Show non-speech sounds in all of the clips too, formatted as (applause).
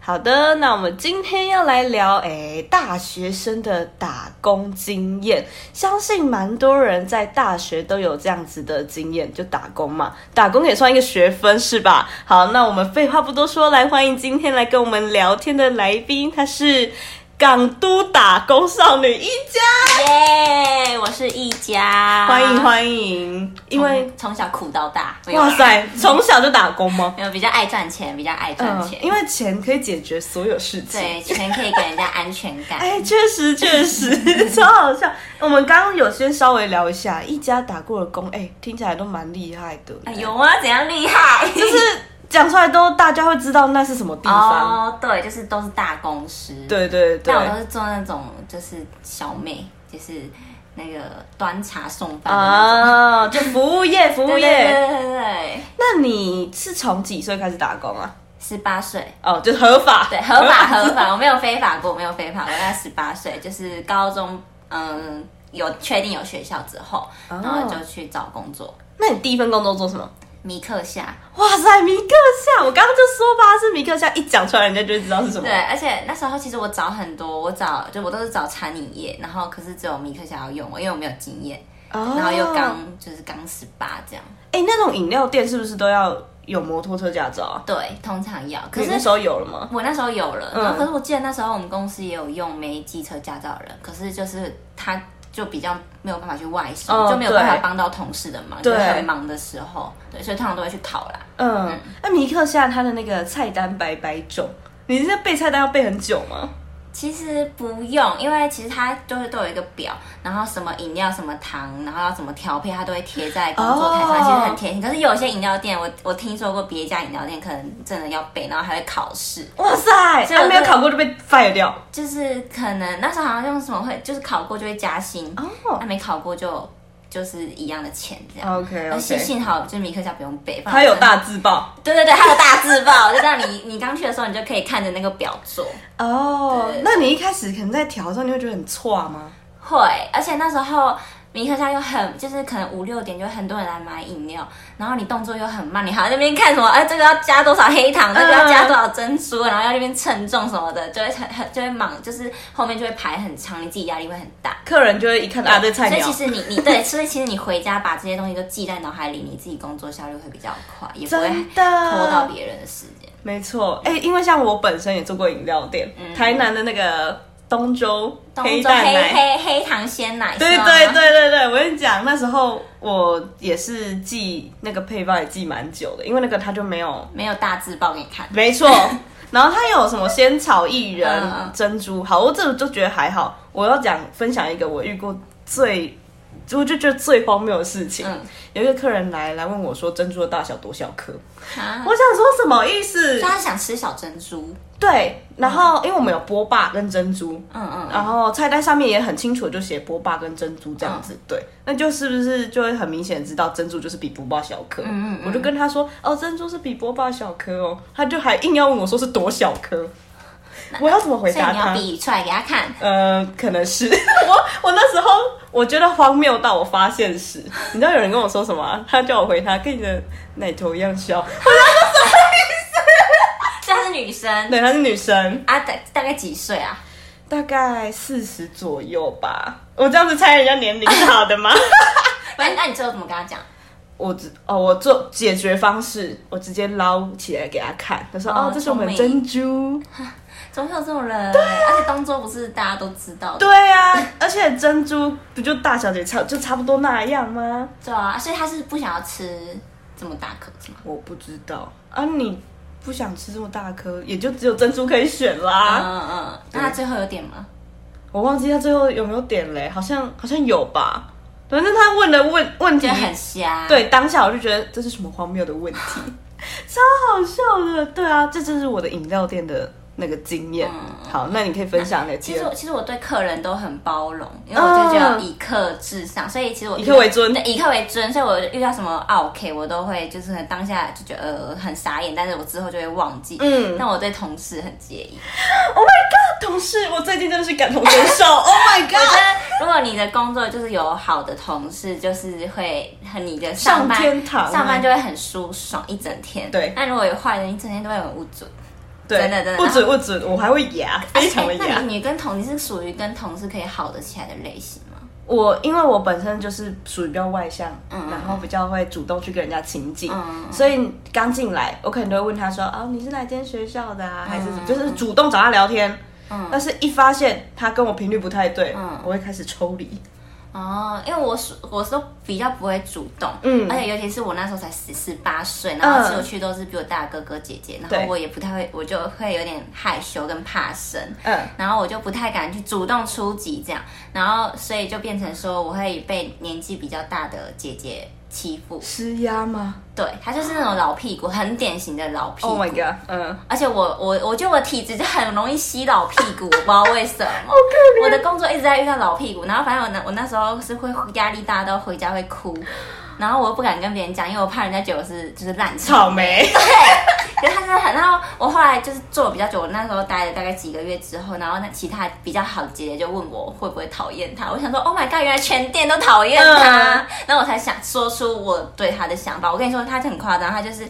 好的，那我们今天要来聊，诶，大学生的打工经验。相信蛮多人在大学都有这样子的经验，就打工嘛，打工也算一个学分是吧？好，那我们废话不多说，来欢迎今天来跟我们聊天的来宾，她是港都打工少女一家，耶我是一家，欢迎欢迎。因为从从小苦到大，没有哇塞，从小就打工吗？没有比较爱赚钱，比较爱赚钱，嗯因为钱可以解决所有事情。对钱可以给人家安全感。哎，确实确 (laughs) 实超好笑。我们刚刚有先稍微聊一下，一家打过的工，哎，听起来都蛮厉害的。哎有啊，怎样厉害？就就是讲出来都大家会知道那是什么地方。哦，对，就是都是大公司，，对对对但，我都是做那种就是小妹，就是那个端茶送饭的那种。啊，就服务 (laughs) 业，服务对对业。对对对，那你是从几岁开始打工啊？十八岁，哦，就是合法，对，合法合法，我没有非法过，我没有非法过，我在十八岁，就是高中，嗯，有确定有学校之后，然后就去找工作。那你第一份工作做什么？米克夏，哇塞，米克夏！我刚刚就说吧，是米克夏，一讲出来人家就会知道是什么对，。而且那时候其实我找很多，我找就我都是找餐饮业，然后可是只有米克夏要用我，因为我没有经验，哦然后又刚、就是刚十八这样，哎、那种饮料店是不是都要有摩托车驾照啊？对，通常要，可你那是时。候有了吗？我那时候有了，嗯然后可是我记得那时候我们公司也有用没机车驾照的人，可是就是他就比较没有办法去外送，哦就没有办法对帮到同事的忙，就对是很忙的时候，对，所以通常都会去考啦。嗯，那米克夏他的那个菜单百百种，你这背菜单要背很久吗？其实不用，因为其实它就是都有一个表，然后什么饮料、什么糖，然后要怎么调配，它都会贴在工作台上哦其实很贴心。可是有些饮料店，我我听说过别家饮料店可能真的要背，然后还会考试，哇塞，这个他没有考过就被 fire 掉就是可能那时候好像用什么会，就是考过就会加薪，那、哦。没考过就就是一样的钱这样。 OK 而且 OK，幸好就是米克夏不用背，不然他有我真的大字报 (laughs) 对对对，他有大字报， (laughs) 就让你你刚去的时候你就可以看着那个表做。哦对那你一开始可能在调的时候，你会觉得很错吗？会，而且那时候米克夏又很，就是可能五六点就很多人来买饮料，然后你动作又很慢，你还在那边看什么？哎、这个要加多少黑嗯糖，这个要加多少珍珠，然后要那边称重什么的，就会很很就会忙，就是后面就会排很长，你自己压力会很大。客人就会一看啊，这菜所以鸟其。实你你对，所以其实你回家把这些东西都记在脑海里，你自己工作效率会比较快，也不会真的拖到别人的时间。没错，哎、因为像我本身也做过饮料店，台南的那个嗯东洲东州蛋黑奶，黑黑糖鲜奶，对是吗对对对对，我跟你讲，那时候我也是记那个配方也记蛮久的，因为那个它就没 (laughs) 有，没有大字报给你看。没错。然后它有什么仙草薏嗯仁嗯珍珠，好，我这个就觉得还好。我要讲分享一个我遇过最，我就觉得最荒谬的事情。嗯有一个客人来来问我说珍珠的大小多少颗，啊我想说什么意思？所以他想吃小珍珠，对，然后因为我们有波霸跟珍珠，嗯嗯，然后菜单上面也很清楚，就写波霸跟珍珠这样子，嗯对，那就是不是就会很明显知道珍珠就是比波霸小颗？嗯嗯我就跟他说，哦，珍珠是比波霸小颗哦，他就还硬要问我说是多小颗，我要怎么回所以答你要他？比出来给他看。 (laughs) 呃，可能是 (laughs) 我我那时候我觉得荒谬到我发现时，你知道有人跟我说什么啊、他叫我回他跟你的奶头一样小，所以她是女生对，她是女生，啊，大大概几岁啊？大概四十左右吧，我这样子猜人家年龄是好的吗？那那你最后怎么跟她讲？我只哦，我做解决方式，我直接捞起来给他看。他说：“哦哦，这是我们聪珍明珠。怎么会有这种人？对、而且东周不是大家都知道”的，啊对啊， (laughs) 而且珍珠不就大小姐差就差不多那样吗？对啊，所以他是不想要吃这么大颗是吗？我不知道啊，你不想吃这么大颗，也就只有珍珠可以选啦。嗯嗯，那他最后有点吗？我忘记他最后有没有点嘞，好像好像有吧。反正他问的问问题觉得很瞎，，对，当下我就觉得 (laughs) 这是什么荒谬的问题，超好笑的。对啊，这就是我的饮料店的那个经验。好，那你可以分享你的嗯其第实二我其实我对客人都很包容，因为我就觉得嗯以客至上，所以其实我以客为尊对，以客为尊，所以我遇到什么 OK，我都会就是可能当下就觉得呃很傻眼，但是我之后就会忘记。嗯但我对同事很介意。 (laughs) (laughs) 同事，我最近真的是感同身 (laughs) 受。oh my 我觉 god！得如果你的工作就是有好的同事，就是会很你的上班上天堂啊上班就会很舒爽一整天。对那如果有坏人，一整天都会很无准。对，真的真的不准不准，我还会牙，非常的哎那牙。你你跟同你是属于跟同事可以好得起来的类型吗？我因为我本身就是属于比较外向，嗯然后比较会主动去跟人家亲近，嗯所以刚进来我可能都会问他说：“哦，你是哪间学校的啊？还是什么嗯就是主动找他聊天。”嗯但是一发现他跟我频率不太对，嗯我会开始抽离。哦，因为我属我是都比较不会主动，嗯而且尤其是我那时候才十十八岁，然后其实我去都是比我大的哥哥姐姐，然对后我也不太会，我就会有点害羞跟怕生，嗯，然后我就不太敢去主动出击这样，然后所以就变成说我会被年纪比较大的姐姐欺负，施压吗对她就是那种老屁股，很典型的老屁股。 ？Oh my god！嗯，而且我我我觉得我体质就很容易吸老屁股，我不知道为什么。我的工作一直在遇到老屁股，然后反正我那我那时候是会压力大到回家会哭，然后我又不敢跟别人讲，因为我怕人家觉得我是就是烂草草。莓。可是他真的很，然后我后来就是做的比较久，我那时候待了大概几个月之后，然后那其他比较好的姐姐就问我会不会讨厌他，我想说 Oh my god，原来全店都讨厌他，然后我才想说出我对他的想法。我跟你说，他很夸张，他就是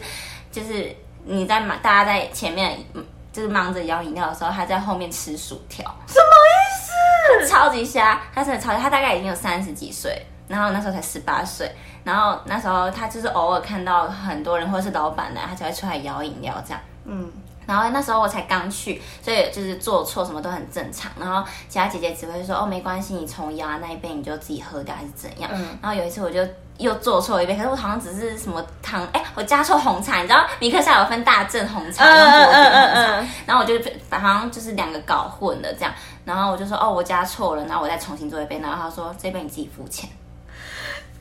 就是你在忙，大家在前面嗯就是忙着摇饮料的时候，他在后面吃薯条，什么意思？超级瞎，他真的超级，他大概已经有三十几岁，然后那时候才十八岁，然后那时候他就是偶尔看到很多人或是老板来，他才会出来摇饮料这样。嗯，然后那时候我才刚去，所以就是做错什么都很正常。然后其他姐姐只会说哦没关系，你从摇那一杯你就自己喝掉还是怎样。嗯然后有一次我就又做错一杯，可是我好像只是什么糖，哎我加错红茶，你知道米克夏有分大正红茶嗯跟嗯薄嗯饼嗯红茶，嗯，然后我就把好像就是两个搞混了这样。然后我就说哦我加错了，然后我再重新做一杯。然后他说这杯你自己付钱。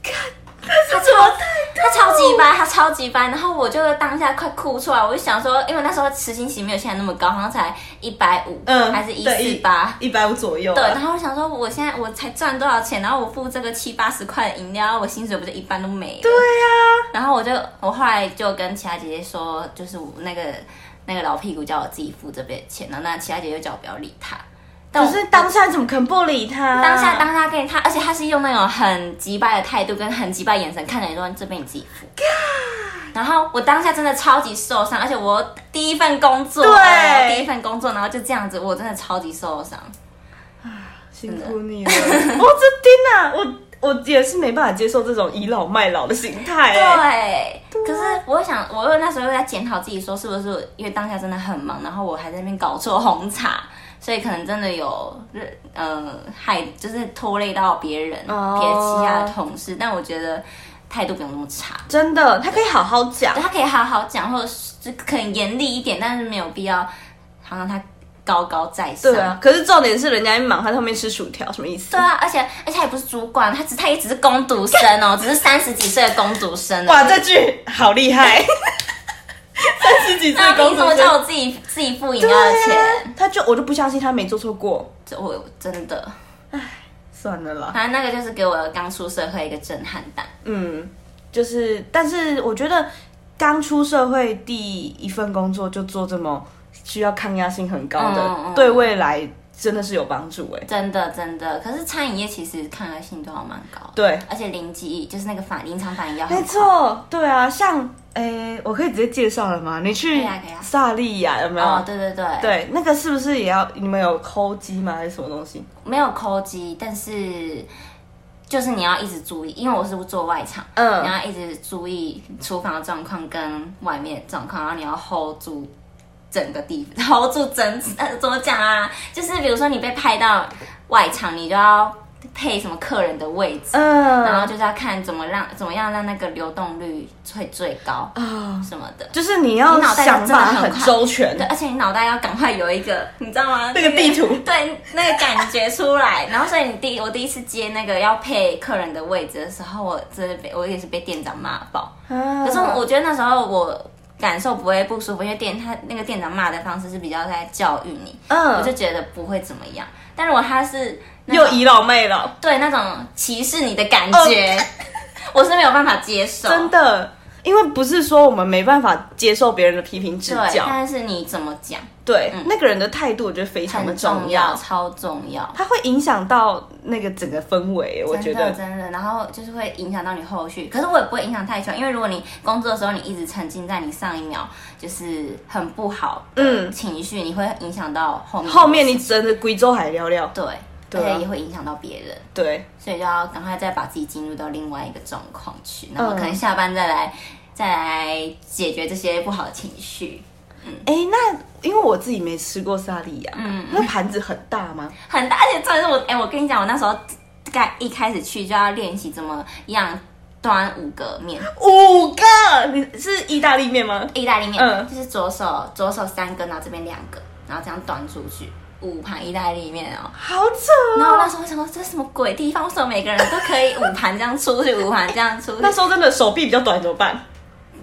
他怎么他超级掰，他超级掰，然后我就当下快哭出来，我就想说，因为那时候时薪其实没有现在那么高，好像才一百五，嗯还是一对四八。一百五左右啊？对，然后我想说，我现在我才赚多少钱，然后我付这个七八十块的饮料，我薪水不就一般都没了？对呀、然后我就，我后来就跟其他姐姐说，就是我那个那个老屁股叫我自己付这边钱，然后那其他姐姐就叫我不要理他。但可我是当啊下你怎么可能不理他？当下当下跟他，而且他是用那种很击败的态度跟很击败的眼神看着你说这边你自己付。然后我当下真的超级受伤，而且我第一份工作，对哎第一份工作，然后就这样子，我真的超级受伤。辛苦你了， (laughs) 我这天哪，我我也是没办法接受这种倚老卖老的心态、欸。对，啊可是我想，我又那时候又在检讨自己，说是不是因为当下真的很忙，然后我还在那边搞错红茶，所以可能真的有呃害，就是拖累到别人，别、哦其他的同事。但我觉得态度不用那么差。真的，他可以好好讲。他可以好好讲，或者是可能严厉一点，但是没有必要好像他高高在上。对啊，可是重点是人家一忙，他在后面吃薯条，什么意思对？啊，而且而且他也不是主管，他只他也只是工读生哦，只是三十几岁的工读生哦。哇，这句好厉害！三十几岁那的公凭什主么生啊叫我自己自己付饮料的钱？他就我就不相信他没做错过。这我真的，算了啦，反正那个就是给我刚出社会一个震撼弹。嗯，就是，但是我觉得刚出社会第一份工作就做这么需要抗压性很高的，嗯嗯嗯对未来真的是有帮助哎、真的真的，可是餐饮业其实抗压性都还蛮高的，对，而且零记忆就是那个反临场反应要很没错，对啊，像诶、我可以直接介绍了吗？你可去以啊可以啊萨利亚有没有？哦，对对对，啊对，那个是不是也要你们有抠机吗？还是什么东 (laughs) 西？没有抠机，但是就是你要一直注意，因为我是做外场，嗯你要一直注意厨房的状况跟外面的状况，然后你要 hold 住整个地，hold 住整呃怎么讲啊？就是比如说你被派到外场，你就要配什么客人的位置，嗯，然后就是要看怎么让怎么样让那个流动率会最高啊，什么的。就是你要你脑袋要想真的法很很快周全对，，而且你脑袋要赶快有一个，你知道 (laughs) 吗？那个地图 (laughs) 对，那个感觉出来。然后，所以你第我第一次接那个要配客人的位置的时候，我真的被我也是被店长骂爆。可可是我觉得那时候我感受不会不舒服，因为店他那个店长骂的方式是比较在教育你，我就嗯，觉得不会怎么样。但如果他是那又种倚老卖老，对那种歧视你的感觉， (laughs) 我是没有办法接受。哦真的，因为不是说我们没办法接受别人的批评指对，教，但是你怎么讲对那个人的态度，我觉得非常的嗯很重重要要，，超重要。它会影响到那个整个氛围，我觉真的得。真的，然后就是会影响到你后续，可是我也不会影响太久，因为如果你工作的时候你一直沉浸在你上一秒就是很不好的嗯情绪，你会影响到后面的事情。后面你真的贵州海聊聊，对，对啊而且也会影响到别人，对，所以就要赶快再把自己进入到另外一个状况去，然后嗯可能下班再来、再来解决这些不好的情绪。哎、那因为我自己没吃过萨莉亚，嗯那盘子很大吗？很大，而且重点是我，哎、我跟你讲，我那时候刚一开始去就要练习怎么样端五个面，五个，你是意大利面吗？意大利面，嗯就是左手左手三根，然后这边两个，然后这样端出去。五盘意大利面哦，好扯然后我哦！那时候想说这是什么鬼地方？为什么每个人都可以五盘这样出去，五盘这样出去那？时候真的手臂比较短怎么办？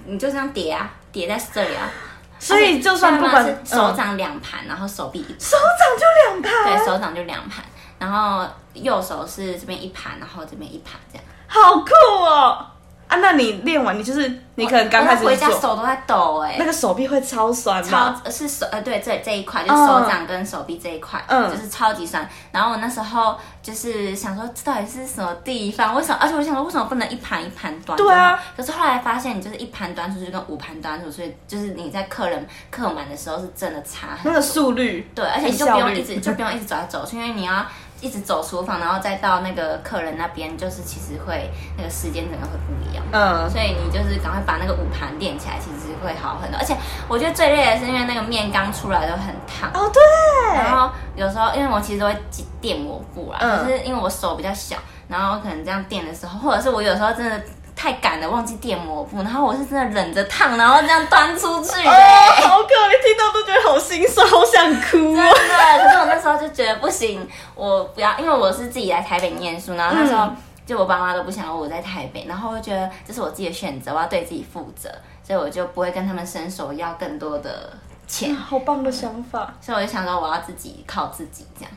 你就这样叠啊，叠在这里啊。所以就算不而且管是手嗯掌两盘，然后手臂一盘，手掌就两盘，对，手掌就两盘，然后右手是这边一盘，然后这边一盘这样。好酷哦！啊，那你练完，你就是你可能刚开始我回家做，手都在抖哎、那个手臂会超酸吧？超是手呃对这这一块就是手掌跟手臂这一块，嗯就是超级酸。然后我那时候就是想说，这到底是什么地方？为什么？而且我想说，为什么不能一盘一盘端？对啊。可是后来发现，你就是一盘端出去跟五盘端出去，就是你在客人客满的时候是真的差很多那个速率，对，而且你就效不用率一直就不用一直走来走去，因为你要一直走厨房，然后再到那个客人那边，就是其实会那个时间整个会不一样。嗯，所以你就是赶快把那个五盘练起来，其实会好很多。而且我觉得最累的是，因为那个面刚出来都很烫，哦对，然后有时候因为我其实都会挤电抹布啦，嗯可是因为我手比较小，然后可能这样电的时候，或者是我有时候真的太赶了忘记电抹布，然后我是真的忍着烫，然后这样端出去的、哦，好可怜，听到都觉得好心酸，好想哭哦。真的，可是我那时候就觉得不行，我不要，因为我是自己来台北念书，然后那时嗯候、就我爸妈都不想要我在台北，然后我就觉得这是我自己的选择，我要对自己负责，所以我就不会跟他们伸手要更多的钱，好棒的想法，所以我就想说我要自己靠自己这样。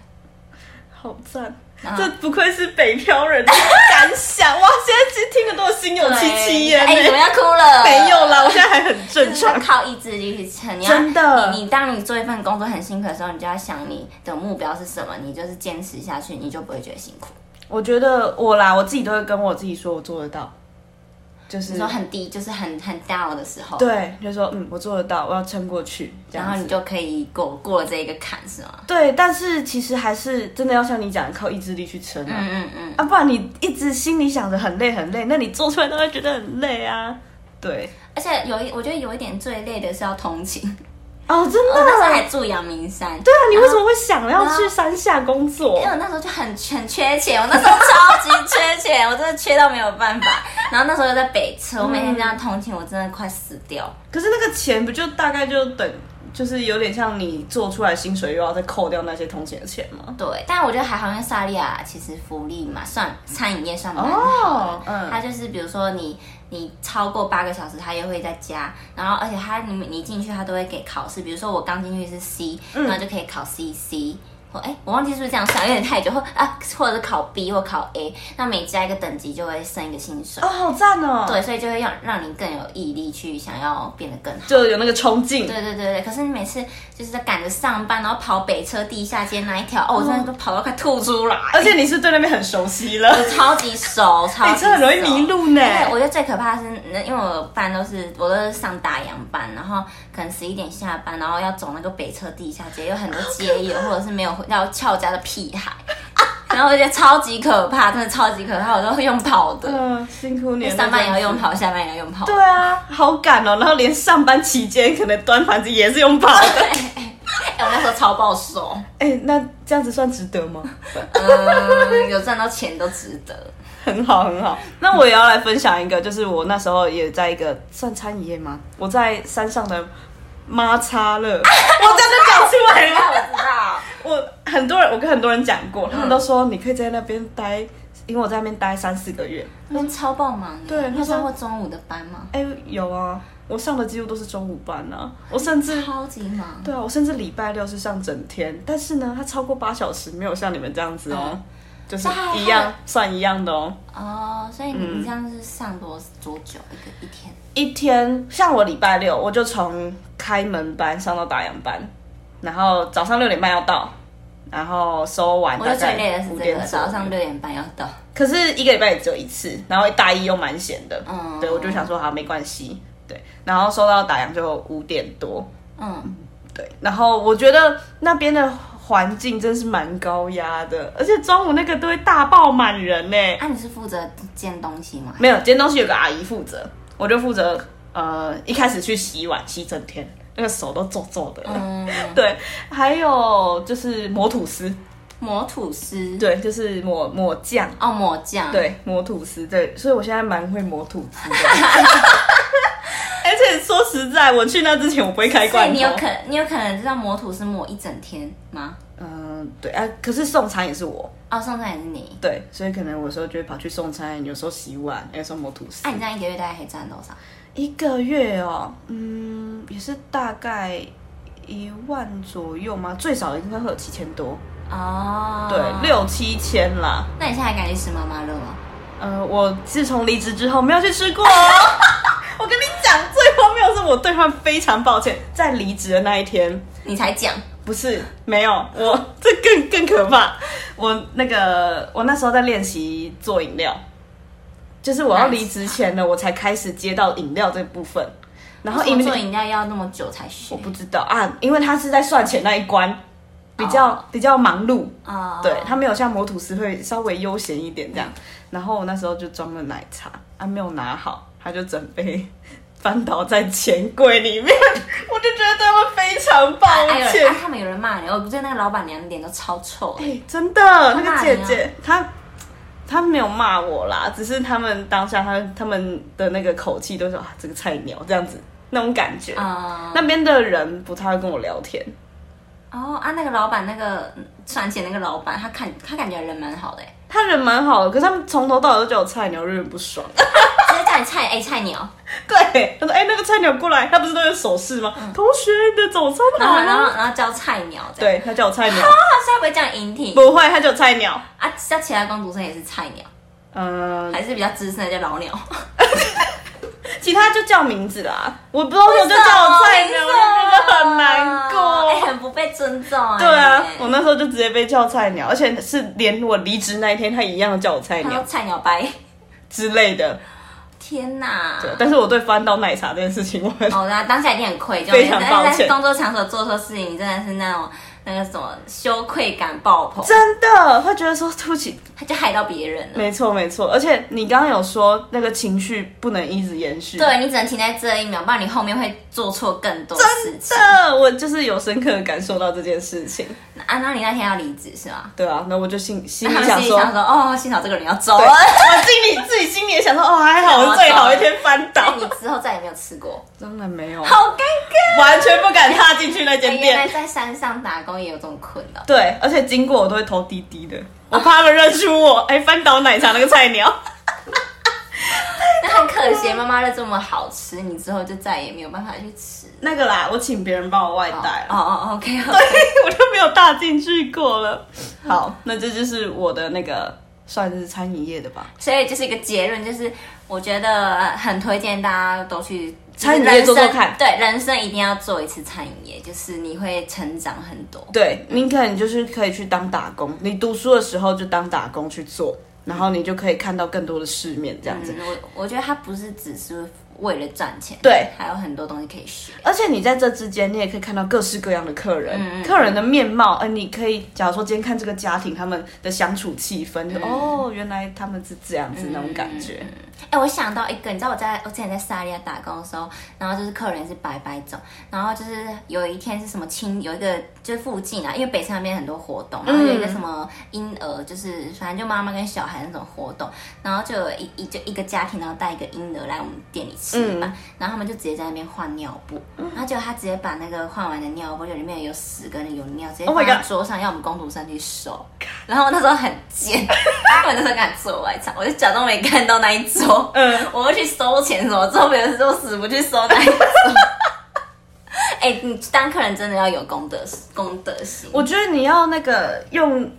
好赞！然后这不愧是北漂人的感 (laughs) 想哇！现在其实听得都有心有戚戚焉哎、怎呢。么要哭了？ (laughs) 没有啦，我现在还很正就是要常。靠意志力去撑。你要真的你你当你做一份工作很辛苦的时候，你就要想你的目标是什么，你就是坚持下去，你就不会觉得辛苦。我觉得我啦，我自己都会跟我自己说，我做得到，就你是说很低，就是很很 down 的时候，对，就说嗯，我做得到，我要撑过去。这然样后子你就可以过过了这一个坎，是吗？对，但是其实还是真的要像你讲，靠意志力去撑啊，嗯嗯啊，不然你一直心里想着很累很累，那你做出来都会觉得很累啊。对，嗯。而且有一，我觉得有一点最累的是要通勤。 (laughs) 哦，真我的。那时候还住阳明山，对啊，你为什么会想要然后去山下工作因为？我那时候就很很缺钱，我那时候超级缺钱，我真的缺到没有办法。然后那时候又在北车，我每天这样通勤，我真的快死掉。 (laughs) 可是那个钱不就大概就等，就是有点像你做出来薪水又要再扣掉那些通勤的钱吗？对，但我觉得还好，因为萨利亚其实福利嘛，算餐饮业算蛮哦好的。嗯它就是比如说你你超过八个小时，它也会再加。然后而且它你你进去，它都会给考试。比如说我刚进去是 C，、然嗯后就可以考 CC。或哎，我忘记是不是这样算，有点太久。或啊，或者是考 B 或考 A，那每加一个等级就会升一个薪水。哦，好赞哦！，对，所以就会让让你更有毅力去想要变得更好。就有那个冲劲。对对对对，可是你每次就是在赶着上班，然后跑北车地下街那一条，哦，我真的都跑到快吐出来，而且你是对那边很熟悉 (laughs) 了，我超级熟，超级你哎真的很容易迷熟。路呢。哎对，我觉得最可怕的是，那因为我班都是我都是上打烊班，然后可能十一点下班，然后要走那个北车地下街，有很多街友或者是没有要翘家的屁孩， (laughs) 然后我就觉得超级可怕，真的超级可怕，我都会用跑的，嗯、辛苦你了。上班也要这样用子。跑，下班也要用跑。对啊，好赶哦！然后连上班期间可能端盘子也是用跑 (laughs) 的。哎、我那时候超 (laughs) 爆手，哎、那这样子算值得 (laughs) 吗？嗯，有赚到钱都值 (laughs) 得。很好，很好。那我也要来分享一个，就是我那时候也在一个算餐饮业吗？我在山上的妈叉 (laughs) 乐，我真的讲出来了。我知道，我很多人，我跟很多人讲嗯过，他们都说你可以在那边待，因为我在那边待三四个月。那边超爆忙的。对你有上过中午的班吗？哎、有啊，我上的几乎都是中午班啊，我甚至超级忙。对啊，我甚至礼拜六是上整天，但是呢，它超过八小时没有像你们这样子哦，嗯就是这还好一样算一样的哦。哦，所以嗯你这样是上多多久一个一天？一天，像我礼拜六我就从开门班上到打烊班，然后早上六点半要到，然后收完我大觉得最累概的是五这点个，左右早上六点半要到。可是一个礼拜也只有一次，然后大一又蛮闲的，嗯对我就想说好没关系，对，然后收到打烊就五点多，嗯，对，然后我觉得那边的环境真是蛮高压的，而且中午那个都会大爆满人呢、那、你是负责煎东西吗？没有，今天东西有个阿姨负责，我就负责呃一开始去洗碗，洗整天，那个手都皱皱的。嗯， (laughs) 对，还有就是抹吐司，抹吐司。对，就是抹抹酱，哦，抹酱。。对，抹吐司，对，所以我现在蛮会抹吐 (laughs) 司的。而且说实在，我去那之前我不会开所罐以头。你有可你有可能知道抹吐司抹一整天吗？嗯、对啊，可是送餐也是我，哦，上菜也是你。对，所以可能我有时候就会跑去送餐，有时候洗碗，有时候抹吐司。那、啊你这样一个月大概可以赚多少？一个月哦，嗯，也是大概一万左右吗？最少应该会有七千多，哦，对，。六七千啦。那你现在还敢去吃妈妈乐吗？呃，我自从离职之后没有去吃过哦、我跟你讲，最荒谬的是我对他们非常抱歉，在离职的那一天，你才讲，不是没有我，这更更可怕。我那个我那时候在练习做饮料，就是我要离职前呢，我才开始接到饮料这部分。然后为什么饮料做饮料要那么久才学？我不知道啊，因为他是在算钱那一关比较、比较忙碌，哦，对他没有像魔吐司会稍微悠闲一点这样。然后我那时候就装了奶茶，啊没有拿好，他就整杯 (laughs) 翻倒在钱柜里面，我就觉得他们非常抱啊，哎有歉人、啊。他们有人骂你，我觉得那个老板娘脸都超臭的哎、。真的，那骂个你姐啊姐她她没有骂我啦，只是他们当下她他们的那个口气都是啊这个菜鸟这样子那种感觉。啊、那边的人不太会跟我聊天。哦啊，那个老板，那个嗯算钱那个老板，他看他感觉人蛮好的欸，他人蛮好的，可是他们从头到尾都叫我菜鸟，有点不爽。 (laughs) 直接叫你菜哎、菜鸟，对，他说：“哎、那个菜鸟过来，他不是都有手势吗？嗯同学，你的早餐然好后然后了。然后叫菜鸟”这样。对，他叫我菜鸟， (laughs) 啊，所以不会叫你引体不会，他叫我菜鸟。啊，叫其他工读生也是菜鸟，嗯、还是比较资深的叫老鸟。 (laughs) 其他就叫名字啦。我不知道为什么就叫我菜鸟，我就觉得很难哎、过。很不被尊重、哎对啊，我那时候就直接被叫菜鸟，而且是连我离职那一天，他一样叫我菜他说鸟菜鸟白， (laughs) 之类的。天哪！对，但是我对翻到奶茶这件事情，我 (laughs) 很哦，那当下一定很愧疚，非常抱但是在歉工作场所做错事情，真的是那种那个什么羞愧感爆棚，真的会觉得说，对不起，他就害到别人了。没错没错，而且你刚刚有说那个情绪不能一直延续，对你只能停在这一秒，不然你后面会做错更多事情。的，我就是有深刻的感受到这件事情。啊，那你那天要离职是吗？对啊，那我就心心里他们想 (laughs) 心里说，想说，哦，幸好这个人要走对 (laughs) 了，我心里自己心里也想说，哦，还好 (laughs) 啊我最好一天翻那倒。 (laughs) 你之后再也没有吃过，当然没有，好尴尬。完全不敢踏进去那间原来店。在山上打工也有这种困扰。对，而且经过我都会偷滴滴 (laughs) 的，我怕他们认出我。哎，翻倒奶茶那个菜鸟，那很可惜，妈妈的这么好吃，你之后就再也没有办法去吃。 (laughs) 那个啦，我请别人帮我外带啊哦了，哦，OK，好。 (laughs) 我就没有踏进去过了。好，那这就是我的那个算是餐饮业的吧。所以就是一个结论，就是我觉得很推荐大家都去餐饮业做做看人生对，人生一定要做一次餐饮业，就是你会成长很多。对，你可能就是可以去当打工，你读书的时候就当打工去做，然后你就可以看到更多的世面这样子。嗯，我我觉得它不是只是为了赚钱，对，还有很多东西可以学。而且你在这之间，你也可以看到各式各样的客人，嗯嗯客人的面貌，呃，你可以假如说今天看这个家庭他们的相处气氛，就、哦，原来他们是这样子、那种感觉。哎、我想到一个，你知道我在我之前在萨利亚打工的时候，然后就是客人是白白种，然后就是有一天是什么亲，有一个就是附近啊，因为北山那边很多活动，然后嗯有一个什么婴儿，就是反正就妈妈跟小孩那种活动，然后就有一一就一个家庭，然后带一个婴儿来我们店里吃嗯饭，然后他们就直接在那边换尿布，然后结果他直接把那个换完的尿布，就里面有屎跟有尿，直接 Oh my 放在 God 桌上，要我们工读生去收。然后那时候很 (laughs) 贱，我那时候敢做外场，我就假装没看到那一桌，嗯，我会去收钱什么，之后别人说死不去收那一桌。 (laughs) 哎、你当客人真的要有公德公德心。我觉得你要那个用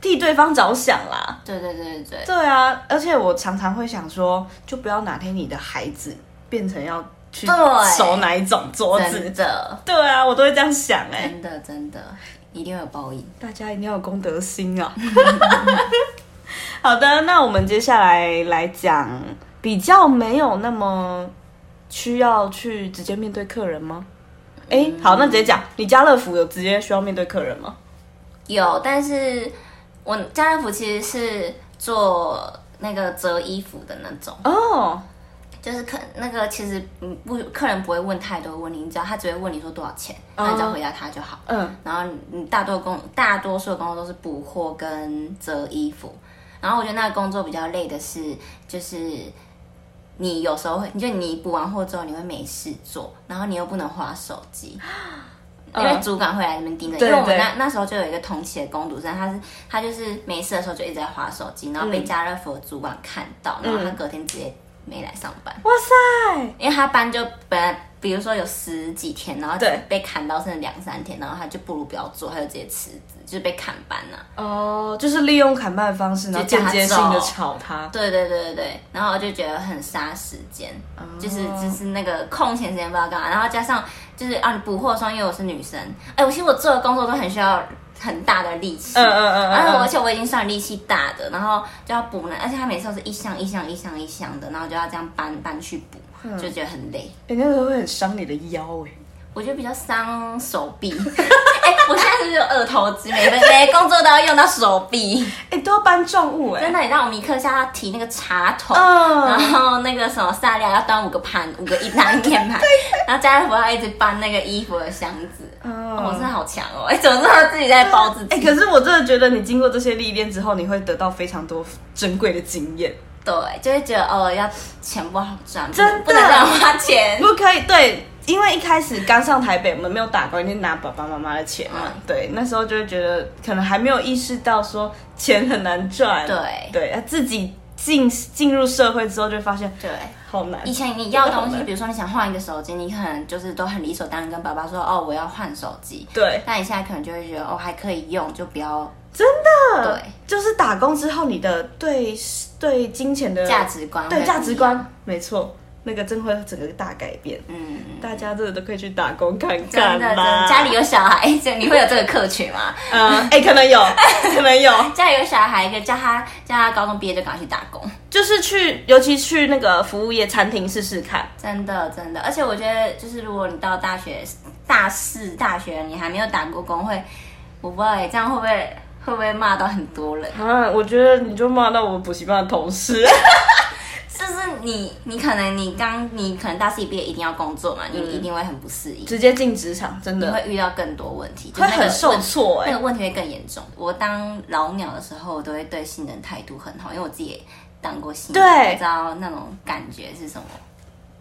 替对方着想啦。对对对对对，对啊，而且我常常会想说，就不要哪天你的孩子变成要去对守哪一种桌真子。的对啊，我都会这样想哎、真的真的，一定会有报应。大家一定要有公德心啊！ (laughs) 好的，那我们接下来来讲比较没有那么需要去直接面对客人吗？哎、好，那直接讲，你家乐福有直接需要面对客人吗？有，但是我家乐福其实是做那个折衣服的那种，哦，就是客那个其实嗯不客人不会问太多问题，你只要他只会问你说多少钱，哦那你只要回答他就好。嗯，然后你大多工大多数的工作都是补货跟折衣服，然后我觉得那个工作比较累的是，就是你有时候会，你就你补完货之后你会没事做，然后你又不能划手 (gasps) 机。因为主管会来这边盯着，因对为我们对那那时候就有一个同期的工读生，他是他就是没事的时候就一直在划手机，然嗯后被家乐福的主管看到，然后他隔天直接没来上班。哇塞，因为他班就本来比如说有十几天，然后对被砍到剩两三天，然后他就不如不要做，他就直接辞职，就是被砍班了、哦，就是利用砍半的方式，然后间接性的就架炒他。对对对对对，然后我就觉得很杀时间，哦就是就是那个空闲时间不知道干嘛，然后加上就是啊，你补货的时候，因为我是女生，哎，我其实我做的工作都很需要很大的力气，嗯嗯嗯嗯然后嗯而且我已经算力气大的，然后就要补呢，而且他每次都是一箱一箱一箱一箱的，然后就要这样搬搬去补，就觉得很累。哎、那个会很伤你的腰哎、我觉得比较伤手臂。 (laughs) 哎、我现在是不是有二头肌？每每每工作都要用到手臂。哎、都要搬重物哎、真的，你让我们一刻下要提那个茶桶，嗯然后那个什么萨料要端五个盘，五个一盘一 (laughs) 面盘，然后家乐福要一直搬那个衣服的箱子。嗯哦我真的好强哦！哎、怎么知道自己在包自己？哎、可是我真的觉得你经过这些历练之后，你会得到非常多珍贵的经验。对，就会觉得哦，要钱不好赚，真的不能乱花钱。不可以对，因为一开始刚上台北，我们没有打工，一定拿爸爸妈妈的钱嘛。嗯对，那时候就会觉得可能还没有意识到说钱很难赚。对对，自己进进入社会之后，就会发现对，好难以。前你要真东的好西，难比如说你想换一个手机，你可能就是都很理所当然跟爸爸说哦，我要换手机。对，那你现在可能就会觉得哦，还可以用，就不要真的。对，就是打工之后，你的对对金钱的价值观会对不一样价值，观，没错，那个真会整个大改变。嗯，大家真的都可以去打工看真看的真啦。的，家里有小孩， (laughs) 就你会有这个客群吗？嗯， (laughs) 哎、可能有，可能有。家里有小孩，可以叫他叫他高中毕业就赶快去打工，就是去，尤其去那个服务业餐厅试试看。真的真的，而且我觉得就是如果你到大学大四大学，你还没有打过工会，我不知道哎，这样会不会会不会骂到很多人？啊，我觉得你就骂到我补习班的同 (laughs) 事。就是你你可能你刚你可能大四毕业一定要工作嘛，嗯你一定会很不适应。直接进职场，真你的会遇到更多问题，就会那个很受问挫哎、那个问题会更严重。我当老鸟的时候，我都会对新人态度很好，因为我自己也当过新人，对我知道那种感觉是什么。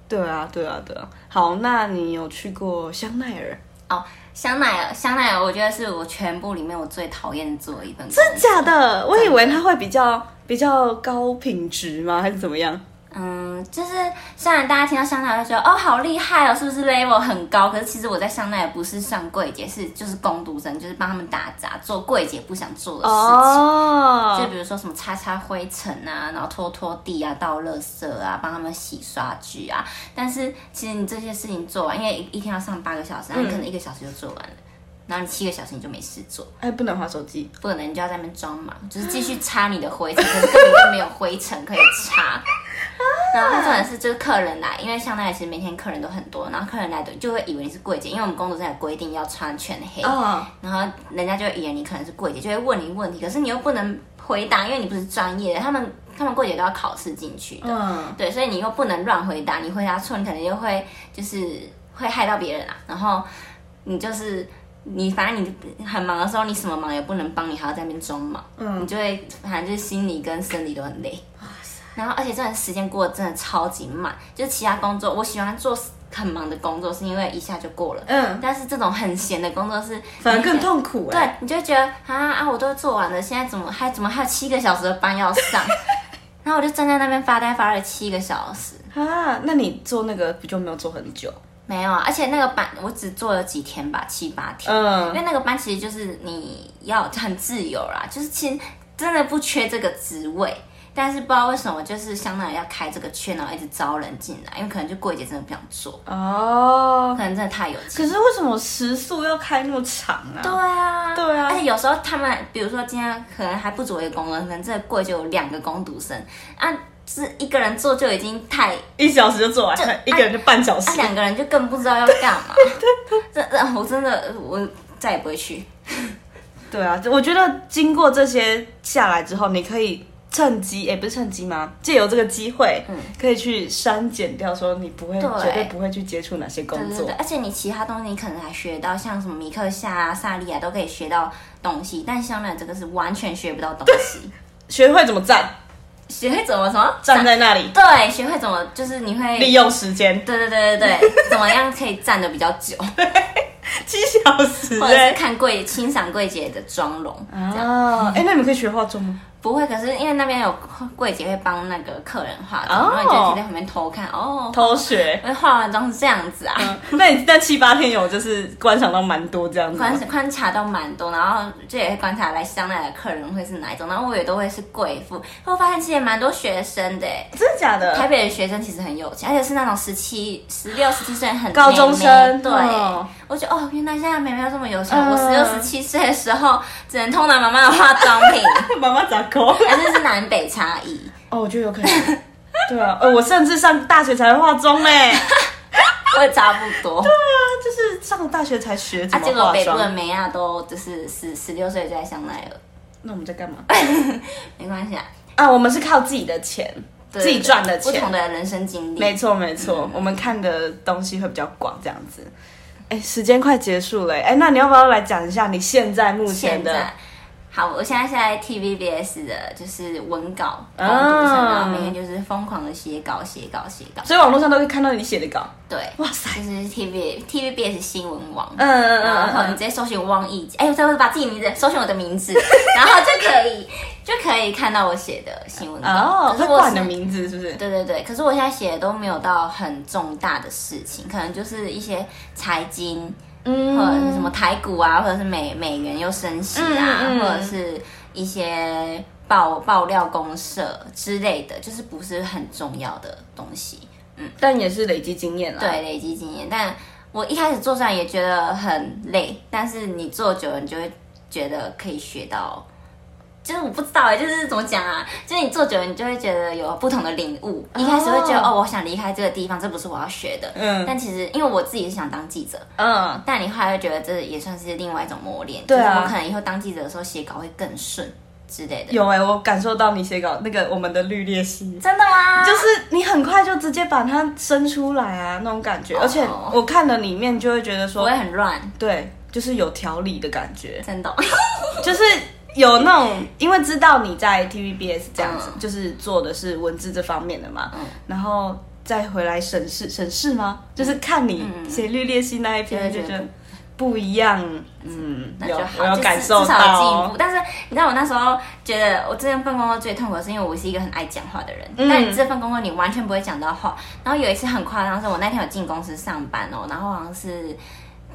对啊，对啊，对啊。好，那你有去过香奈儿？哦，香奈儿，香奈儿，我觉得是我全部里面我最讨厌做的一份工作。真假的？我以为它会比较比较高品质吗？还是怎么样？嗯，就是虽然大家听到香奈儿就觉得哦好厉害哦，是不是 level 很高？可是其实我在香奈儿不是上柜姐，是就是工读生，就是帮他们打杂，做柜姐不想做的事情。哦就比如说什么擦擦灰尘啊，然后拖拖地啊，倒垃圾啊，帮他们洗刷具啊。但是其实你这些事情做完，因为一一天要上八个小时，那你可能一个小时就做完了，然后你七个小时你就没事做，哎，不能划手机。不可能你就要在那边装忙，就是继续擦你的灰尘， (laughs) 可是根本就没有灰尘可以擦。然后重点是，就是客人来，因为香奈儿其实每天客人都很多，然后客人来的就会以为你是柜姐，因为我们工作上有规定要穿全黑。哦，然后人家就会以为你可能是柜姐，就会问你问题，可是你又不能回答，因为你不是专业的，他们他们柜姐都要考试进去的，嗯，对，所以你又不能乱回答，你回答错，你可能就会就是会害到别人啊。然后你就是你，反正你很忙的时候，你什么忙也不能帮你，还要在那边装忙，嗯你就会反正就是心理跟生理都很累。然后，而且这段时间过得真的超级慢，就是其他工作，我喜欢做很忙的工作，是因为一下就过了。嗯，但是这种很闲的工作是反而更痛苦哎、对，你就会觉得啊啊，我都做完了，现在怎么还怎么还有七个小时的班 (laughs) 要上？然后我就站在那边发呆发了七个小时，啊，那你做那个不就没有做很久？没有啊，而且那个班我只做了几天吧，七八天，因嗯，为那个班其实就是你要很自由啦，就是其实真的不缺这个职位。但是不知道为什么，就是香奈儿要开这个圈，然后一直招人进来，因为可能就柜姐真的不想做，哦可，能真的太有钱。可是为什么时速要开那么长啊？对啊，对啊而且有时候他们，比如说今天可能还不止我一个工读生，可能这个柜就有两个工读生啊，是一个人做就已经太，啊一小时就做完，就了，一个人就半小时。两个人就更不知道要干 (laughs) 嘛。这这我真的我再也不会去。对啊，我觉得经过这些下来之后，你可以趁机，哎也、不是趁机吗？借由这个机会，可以去删减掉，说你不会，对绝对不会去接触哪些工对对作对，。而且你其他东西你可能还学到，像什么米克夏啊、萨莉亚都可以学到东西，但香奈儿这个是完全学不到东 (laughs) 西。学会怎么站，学会怎么什么站哎在那里，对，学会怎么就是你会利用时间对对对 (laughs) 对对，怎么样可以站的比较久？七小时、或者是欸。看柜欣赏柜姐的妆容，这样哦，哎、那你们可以学化妆吗？不会。可是因为那边有柜姐会帮那个客人化哦妆，然后你就可以在旁边偷看哦。偷学。因为化完妆是这样子啊，那你那七八天有就是观赏到蛮多这样子吗，观观察到蛮多，然后就也会观察来香奈儿的客人会是哪一种，然后我也都会是贵妇，我发现其实也蛮多学生的欸。真的假台的？北的学生其实很有钱，而且是那种十七、十六、十七岁很高中妹妹生对，哦我觉得哦，原来现在妹妹要这么有钱。嗯我十六、十七岁的时候，只能偷拿妈妈的化妆品。 (laughs) 妈妈咋抠？还是是南北差异。哦，我觉得有可能。 (laughs) 对啊，呃，我甚至上大学才会化妆 (laughs) 呢、我也差不多就是上了大学才学啊怎，结啊么果化北部妆。的梅亚都就是十十六岁就在香奈儿，那我们在干嘛？没关系啊，啊，我们是靠自己的钱，对自己赚的不同钱。的人生经历，没错没错，我们看的东西会比较广，这样子。哎，时间快结束了，哎，那你要不要来讲一下你现在目前现的在。好，我现在是在 TVBS 的，就是文稿工啊读生，然后每天就是疯狂的写稿、写稿、写稿，所以网络上都会看到你写的稿。对，哇塞，就是 TV TVBS 新闻网，嗯嗯然嗯后你嗯直接搜寻汪毅，哎，我再把自己名字搜寻我的名字，然后就可以就可以看到我写的新闻嗯。稿。哦，可会是我挂是你的名字是不是？对对对，可是我现在写的都没有到很重大的事情，可能就是一些财经或者是什么台股啊，或者是美美元又升息啊，嗯嗯嗯嗯或者是一些爆爆料公社之类的，就是不是很重要的东西。嗯但也是累积经验啦。对，累积经验。但我一开始做出来也觉得很累，但是你做久了，你就会觉得可以学到。就是我不知道哎、就是怎么讲啊？就是你做久了，你就会觉得有不同的领悟。一开始会觉得哦哦，我想离开这个地方，这不是我要学的。嗯但其实因为我自己是想当记者，嗯，但你后来会觉得这也算是另外一种磨练。对啊就是我可能以后当记者的时候写稿会更顺之类的。有哎，我感受到你写稿那个我们的绿鬣蜥。真的吗？就是你很快就直接把它伸出来啊，那种感觉，而且我看了里面就会觉得哦不说会，很乱，对，就是有条理的感觉，真的。就是有那种，因为知道你在 TVBS 这样子，嗯就是做的是文字这方面的嘛，嗯然后再回来审视审视吗？就是看你写绿鬣蜥那一篇，就就会觉觉得得不一样，嗯，那有就我好，有就是感受至少有到进哦步。。但是你知道我那时候觉得我这份工作最痛苦，的是因为我是一个很爱讲话的人，嗯但你这份工作你完全不会讲到话。然后有一次很夸张，是我那天有进公司上班哦，然后好像是。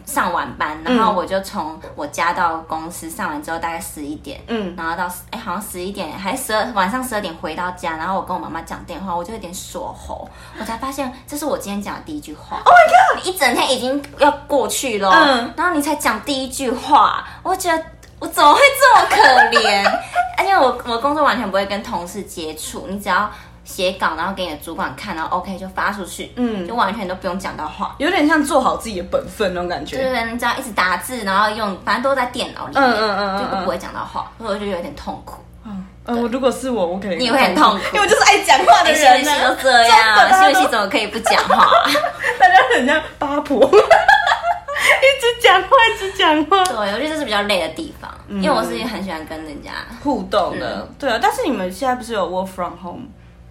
上晚班，然嗯后我就从我家到公司上完之后大概十一点，嗯，然后到哎、好像十一点还是十二晚上十二点回到家，然后我跟我妈妈讲电话，我就有点锁喉，我才发现这是我今天讲的第一句话。Oh my god！一整天已经要过去了，嗯然后你才讲第一句话，我觉得我怎么会这么可怜？ (laughs) 而且我我工作完全不会跟同事接触，你只要写稿，然后给你的主管看，然后 OK 就发出去，嗯就完全都不用讲到话。有点像做好自己的本分那种感觉。对对对，你只要一直打字，然后用，反正都在电脑里面，嗯嗯嗯嗯就嗯不会讲到话，所以我就有点痛苦。呃，我如果是我，我可能你也会很痛苦因为我就是爱讲话的哎新闻人系呢、都这真的大家样，新都闻系怎么可以不讲话？ (laughs) 大家很像八婆， (laughs) 一直讲话，一直讲话，对，我觉得这是比较累的地方，嗯因为我是很喜欢跟人家。互动的。对啊，但是你们现在不是有 work from home？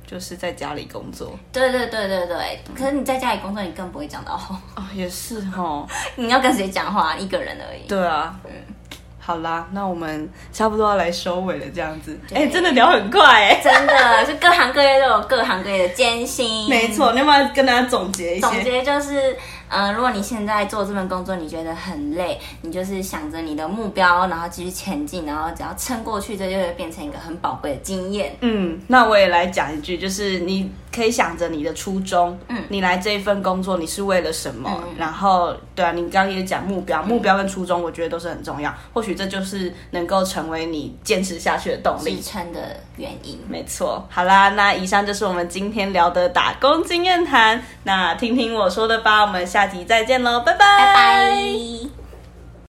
就是在家里工作。对对对对对，嗯可是你在家里工作，你更不会讲到话， (laughs) 哦，也是哦。你要跟谁讲话？一个人而已。对啊，嗯，好啦，那我们差不多要来收尾了，这样子。对哎、真的聊很快哎、真的，就各行各业都有各行各业的艰辛。没。错，你要不要跟大家总结一些？嗯总结就是，呃，如果你现在做这份工作，你觉得很累，你就是想着你的目标，然后继续前进，然后只要撑过去，这就会变成一个很宝贵的经验。嗯，那我也来讲一句，就是你可以想着你的初衷，嗯，你来这一份工作你是为了什么？然后，对啊，你刚刚也讲目标，目标跟初衷，我觉得都是很重要。或许这就是能够成为你坚持下去的动力支。撑的原因。没错，好啦，那以上就是我们今天聊的打工经验谈。那听听我说的吧，我们下集再见喽，拜拜拜。